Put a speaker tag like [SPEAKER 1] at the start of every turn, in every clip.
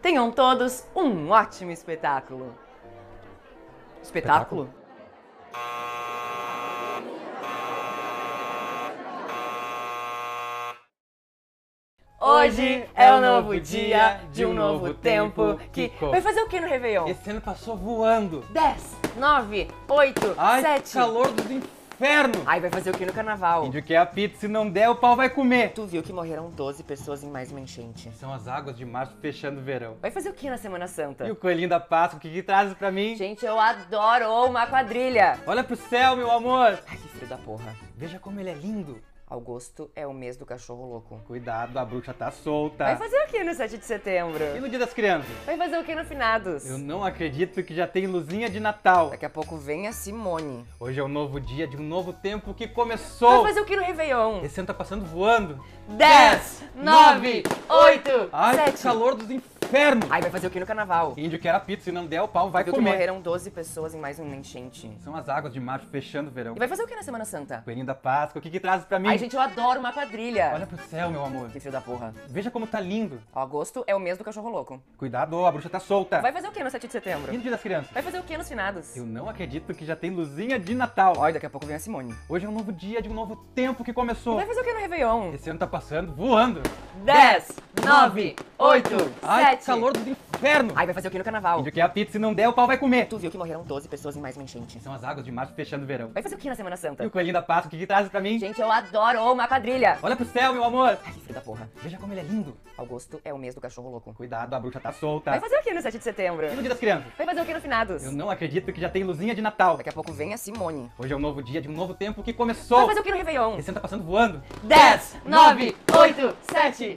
[SPEAKER 1] Tenham todos um ótimo espetáculo. Espetáculo? Hoje é um novo dia de um novo tempo que. Vai fazer o que no Réveillon?
[SPEAKER 2] Esse ano passou voando.
[SPEAKER 1] 10, 9, 8,
[SPEAKER 2] Ai,
[SPEAKER 1] 7.
[SPEAKER 2] calor dos infernos!
[SPEAKER 1] Ai, vai fazer o que no carnaval?
[SPEAKER 2] Índio quer a pizza, se não der, o pau vai comer.
[SPEAKER 1] Tu viu que morreram 12 pessoas em mais uma enchente.
[SPEAKER 2] São as águas de março fechando o verão.
[SPEAKER 1] Vai fazer o que na Semana Santa?
[SPEAKER 2] E o coelhinho da Páscoa, o que, que trazes pra mim?
[SPEAKER 1] Gente, eu adoro uma quadrilha.
[SPEAKER 2] Olha pro céu, meu amor!
[SPEAKER 1] Ai, que filho da porra.
[SPEAKER 2] Veja como ele é lindo!
[SPEAKER 1] Agosto é o mês do cachorro louco.
[SPEAKER 2] Cuidado, a bruxa tá solta!
[SPEAKER 1] Vai fazer o que no 7 de setembro?
[SPEAKER 2] E no dia das crianças?
[SPEAKER 1] Vai fazer o que no finados?
[SPEAKER 2] Eu não acredito que já tem luzinha de Natal!
[SPEAKER 1] Daqui a pouco vem a Simone.
[SPEAKER 2] Hoje é um novo dia de um novo tempo que
[SPEAKER 1] Vai
[SPEAKER 2] começou!
[SPEAKER 1] fazer o que no Réveillon?
[SPEAKER 2] Esse ano tá passando voando!
[SPEAKER 1] 10, 9, 8,
[SPEAKER 2] Ai, que
[SPEAKER 1] 7.
[SPEAKER 2] calor dos infernos!
[SPEAKER 1] Ai, vai fazer o que no carnaval?
[SPEAKER 2] Índio quer a pizza, se não der, o pau vai
[SPEAKER 1] viu que
[SPEAKER 2] comer!
[SPEAKER 1] morreram 12 pessoas em mais uma enchente.
[SPEAKER 2] São as águas de março fechando o verão.
[SPEAKER 1] E vai fazer o que na Semana Santa?
[SPEAKER 2] Coelhinho da Páscoa, o que, que trazes pra mim?
[SPEAKER 1] Ai, gente, eu adoro uma quadrilha.
[SPEAKER 2] Olha pro céu, meu amor!
[SPEAKER 1] Que filho da porra.
[SPEAKER 2] Veja como tá lindo!
[SPEAKER 1] Agosto é o mês do cachorro louco.
[SPEAKER 2] Cuidado, a bruxa tá solta!
[SPEAKER 1] Vai fazer o que no 7 de setembro?
[SPEAKER 2] E no dia das crianças?
[SPEAKER 1] Vai fazer o que nos finados?
[SPEAKER 2] Eu não acredito que já tem luzinha de Natal.
[SPEAKER 1] Olha, daqui a pouco vem a Simone.
[SPEAKER 2] Hoje é um novo dia de um novo tempo que
[SPEAKER 1] E
[SPEAKER 2] começou.
[SPEAKER 1] Vai fazer o que no Réveillon?
[SPEAKER 2] Esse ano tá passando voando.
[SPEAKER 1] 10, 9, 8,
[SPEAKER 2] Ai, que
[SPEAKER 1] 7.
[SPEAKER 2] calor do inferno.
[SPEAKER 1] Ai, vai fazer o que no carnaval?
[SPEAKER 2] Índio quer a pizza, se não der, o pau vai comer.
[SPEAKER 1] Tu viu que morreram 12 pessoas em mais uma enchente.
[SPEAKER 2] São as águas de março fechando o verão.
[SPEAKER 1] Vai fazer o que na Semana
[SPEAKER 2] E o
[SPEAKER 1] Santa?
[SPEAKER 2] coelhinho da Páscoa, o que, que traz pra mim?
[SPEAKER 1] Gente, eu adoro uma quadrilha.
[SPEAKER 2] Olha pro céu, meu amor.
[SPEAKER 1] Ai, que filho da porra.
[SPEAKER 2] Veja como ele é lindo.
[SPEAKER 1] Agosto é o mês do cachorro louco.
[SPEAKER 2] Cuidado, a bruxa tá solta.
[SPEAKER 1] Vai fazer o que no 7 de setembro?
[SPEAKER 2] E no dia das crianças?
[SPEAKER 1] Vai fazer o que no finados?
[SPEAKER 2] Eu não acredito que já tem luzinha de Natal.
[SPEAKER 1] Daqui a pouco vem a Simone.
[SPEAKER 2] Hoje é um novo dia de um novo tempo que
[SPEAKER 1] Vai
[SPEAKER 2] começou.
[SPEAKER 1] fazer o que no Réveillon?
[SPEAKER 2] Esse ano tá passando voando.
[SPEAKER 1] 10, 9, 8, 7.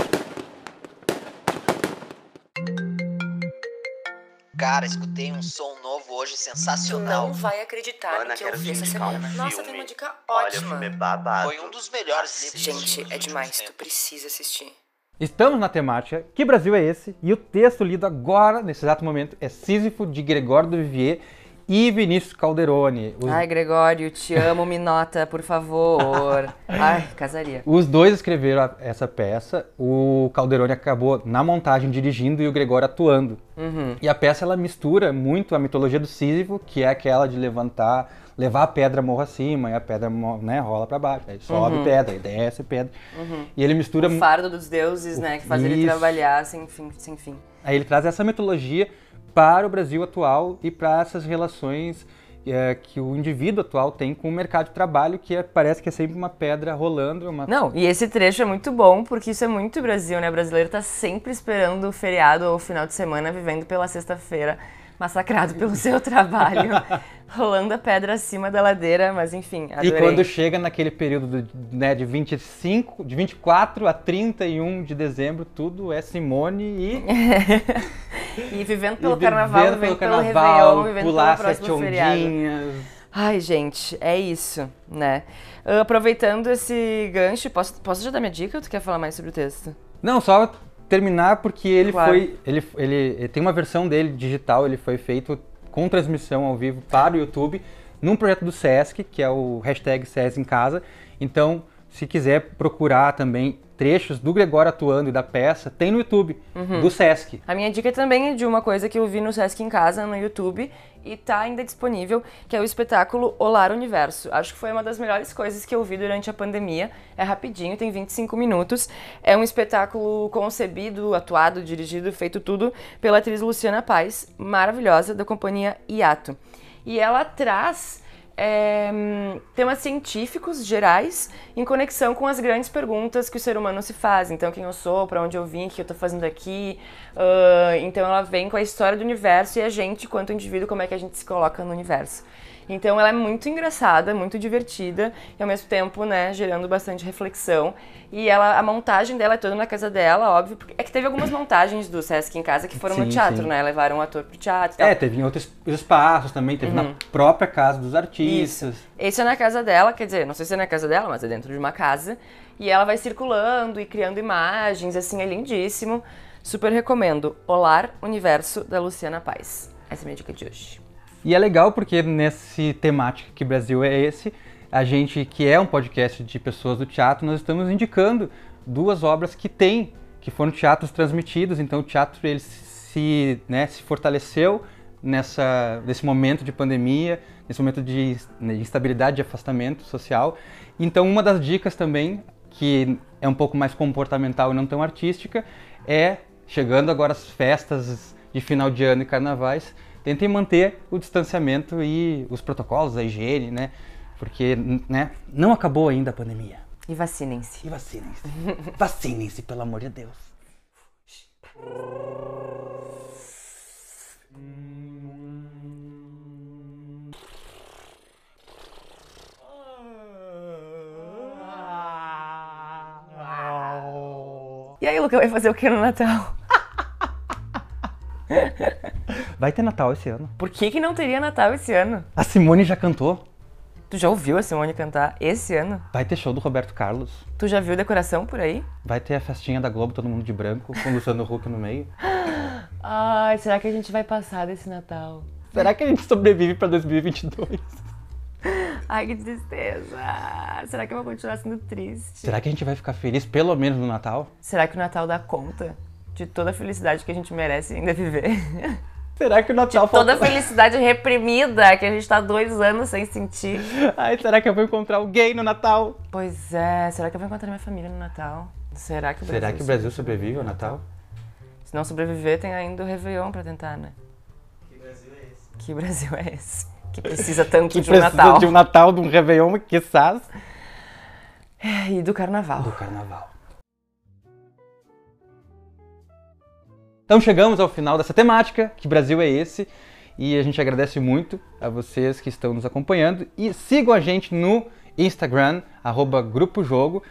[SPEAKER 3] Cara, escutei um som novo hoje sensacional.
[SPEAKER 4] Não vai acreditar
[SPEAKER 5] Ana,
[SPEAKER 4] no que eu
[SPEAKER 5] quero
[SPEAKER 4] vi essa
[SPEAKER 5] indicar um
[SPEAKER 4] semana. Nossa,
[SPEAKER 5] filme.
[SPEAKER 4] tem uma dica
[SPEAKER 5] Olha, o
[SPEAKER 4] ótima.
[SPEAKER 5] filme é babado.
[SPEAKER 3] Foi um dos melhores livros.
[SPEAKER 4] Gente, é demais, tu
[SPEAKER 3] Tu...
[SPEAKER 4] precisa assistir.
[SPEAKER 2] Estamos na temática Que Brasil é esse? E o texto lido agora, nesse exato momento, é Sísifo de Gregório do Vivier e Vinícius Calderoni. Os,
[SPEAKER 1] Ai, Gregório, te amo, me nota, por favor. Ai, casaria.
[SPEAKER 2] os dois escreveram a- essa peça, o Calderoni acabou na montagem dirigindo e o Gregório atuando.
[SPEAKER 1] Uhum.
[SPEAKER 2] E a peça ela mistura muito a mitologia do Sísifo, que é aquela de levantar, levar a pedra morro acima, e a pedra mo- né, rola para baixo, aí sobe pedra, aí desce pedra. E ele mistura
[SPEAKER 1] O fardo dos deuses, né? Que faz ele
[SPEAKER 2] Isso.
[SPEAKER 1] trabalhar sem fim. Sem fim.
[SPEAKER 2] Aí ele traz essa mitologia para o Brasil atual e para essas relações eh, que o indivíduo atual tem com o mercado de trabalho, que é- parece que é sempre uma pedra rolando. Uma...
[SPEAKER 1] Não, e esse trecho é muito bom, porque isso é muito Brasil, né? O brasileiro tá sempre esperando o feriado ou o final de semana, vivendo pela sexta-feira, massacrado pelo seu trabalho, rolando a pedra acima da ladeira, mas enfim,
[SPEAKER 2] E
[SPEAKER 1] adorei.
[SPEAKER 2] quando chega naquele período do- né, de 25, de 24 a 31 de dezembro, tudo é Simone e
[SPEAKER 1] E vivendo
[SPEAKER 2] e
[SPEAKER 1] pelo
[SPEAKER 2] vivendo
[SPEAKER 1] carnaval, vivendo pelo, Réveillon, vivendo
[SPEAKER 2] pular
[SPEAKER 1] pelo
[SPEAKER 2] sete
[SPEAKER 1] próximo feriado.
[SPEAKER 2] ondinhas.
[SPEAKER 1] Ai, gente, é isso, né? Ah, Aproveitando esse gancho, posso, posso já dar minha dica ou tu quer falar mais sobre o texto?
[SPEAKER 2] Não, só terminar porque ele
[SPEAKER 1] Claro.
[SPEAKER 2] foi. Ele, ele, ele tem uma versão dele digital, ele foi feito com transmissão ao vivo para o YouTube, num projeto do Sesc, que é o hashtag Sesc em Casa. Então, se quiser procurar também trechos do Gregório atuando e da peça, tem no YouTube, do Sesc.
[SPEAKER 1] A minha dica também é de uma coisa que eu vi no Sesc em casa, no YouTube, e tá ainda disponível, que é o espetáculo Olar Universo. Acho que foi uma das melhores coisas que eu vi durante a pandemia. É rapidinho, tem 25 minutos. É um espetáculo concebido, atuado, dirigido, feito tudo pela atriz Luciana Paz, maravilhosa, da companhia Iato. E ela traz é, hum, temas científicos gerais em conexão com as grandes perguntas que o ser humano se faz. Então, quem eu sou, para onde eu vim, o que eu estou fazendo aqui. Ah, então, ela vem com a história do universo e a gente, quanto indivíduo, como é que a gente se coloca no universo. Então, ela é muito engraçada, muito divertida e, ao mesmo tempo, né, gerando bastante reflexão. E ela, a montagem dela é toda na casa dela, óbvio. Porque é que teve algumas montagens do Sesc em casa que foram no
[SPEAKER 2] Sim,
[SPEAKER 1] teatro,
[SPEAKER 2] sim.
[SPEAKER 1] né? Levaram o ator pro teatro e tal.
[SPEAKER 2] É, teve em outros espaços também, teve na própria casa dos artistas.
[SPEAKER 1] Esse é na casa dela, quer dizer, não sei se é na casa dela, mas é dentro de uma casa. E ela vai circulando e criando imagens, assim, é lindíssimo. Super recomendo. Olar Universo, da Luciana Paz. Essa é a minha dica de hoje.
[SPEAKER 2] E é legal porque nesse temática que Brasil é esse, a gente que é um podcast de pessoas do teatro, nós estamos indicando duas obras que tem, que foram teatros transmitidos, então o teatro ele se, né, se fortaleceu nessa nesse momento de pandemia, nesse momento de né, de instabilidade, de afastamento social. Então uma das dicas também que é um pouco mais comportamental e não tão artística é chegando agora as festas de final de ano e carnavais, tentem manter o distanciamento e os protocolos, a higiene, né? Porque, n- né, não acabou ainda a pandemia.
[SPEAKER 1] E vacinem-se.
[SPEAKER 2] E vacinem-se. vacinem-se, pelo amor de Deus.
[SPEAKER 1] E aí, Luca, vai fazer o que no Natal?
[SPEAKER 2] Vai ter Natal esse ano.
[SPEAKER 1] Por que que não teria Natal esse ano?
[SPEAKER 2] A Simone já cantou.
[SPEAKER 1] Tu já ouviu a Simone cantar esse ano?
[SPEAKER 2] Vai ter show do Roberto Carlos.
[SPEAKER 1] Tu já viu decoração por aí?
[SPEAKER 2] Vai ter a festinha da Globo, todo mundo de branco, com o Luciano Huck no meio.
[SPEAKER 1] Ai, será que a gente vai passar desse Natal?
[SPEAKER 2] Será que a gente sobrevive pra 2022?
[SPEAKER 1] Ai, que tristeza! Será que eu vou continuar sendo triste?
[SPEAKER 2] Será que a gente vai ficar feliz pelo menos no Natal?
[SPEAKER 1] Será que o Natal dá conta de toda a felicidade que a gente merece ainda viver?
[SPEAKER 2] Será que o Natal
[SPEAKER 1] toda a
[SPEAKER 2] faltou-
[SPEAKER 1] felicidade reprimida que a gente tá dois anos sem sentir.
[SPEAKER 2] Ai, será que eu vou encontrar alguém no Natal?
[SPEAKER 1] Pois é, será que eu vou encontrar minha família no Natal? Será que o Brasil...
[SPEAKER 2] Será que o Brasil sobrevive ao Natal?
[SPEAKER 1] Se não sobreviver, tem ainda o Réveillon pra tentar, né? Que Brasil é esse? Que Brasil é esse? Que precisa tanto de um
[SPEAKER 2] Precisa
[SPEAKER 1] Natal.
[SPEAKER 2] de um Natal, de um Réveillon, quiçás.
[SPEAKER 1] E do Carnaval.
[SPEAKER 2] do carnaval. Então chegamos ao final dessa temática, que Brasil é esse, e a gente agradece muito a vocês que estão nos acompanhando e sigam a gente no Instagram, arroba Grupo Jogo,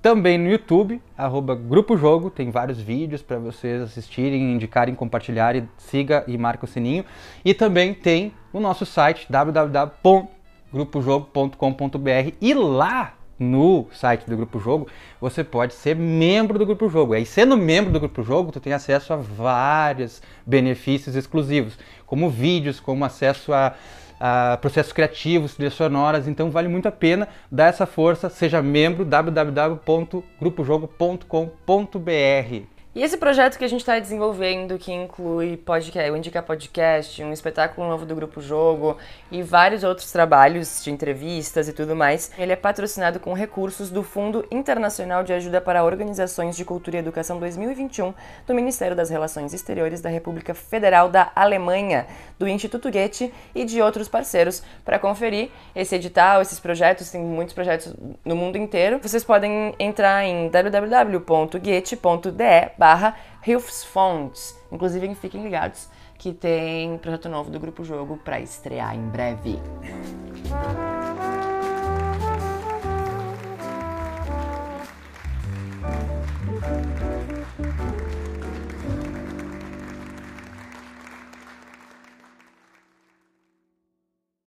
[SPEAKER 2] também no YouTube, arroba Grupo Jogo, tem vários vídeos para vocês assistirem, indicarem, compartilharem, siga e marca o sininho. E também tem o nosso site www.grupojogo.com.br e lá no site do Grupo Jogo, você pode ser membro do Grupo Jogo. E sendo membro do Grupo Jogo, tu tem acesso a vários benefícios exclusivos, como vídeos, como acesso a, a processos criativos, trilhas sonoras. Então vale muito a pena dar essa força. Seja membro www.grupojogo.com.br.
[SPEAKER 1] E esse projeto que a gente está desenvolvendo, que inclui podcast, o Indica Podcast, um espetáculo novo do Grupo Jogo e vários outros trabalhos de entrevistas e tudo mais, ele é patrocinado com recursos do Fundo Internacional de Ajuda para Organizações de Cultura e Educação 2021 do Ministério das Relações Exteriores da República Federal da Alemanha, do Instituto Goethe e de outros parceiros. Para conferir esse edital, esses projetos, tem muitos projetos no mundo inteiro, vocês podem entrar em www.goethe.de barra Hilfsfonds. Inclusive, fiquem ligados que tem projeto novo do Grupo Jogo para estrear em breve.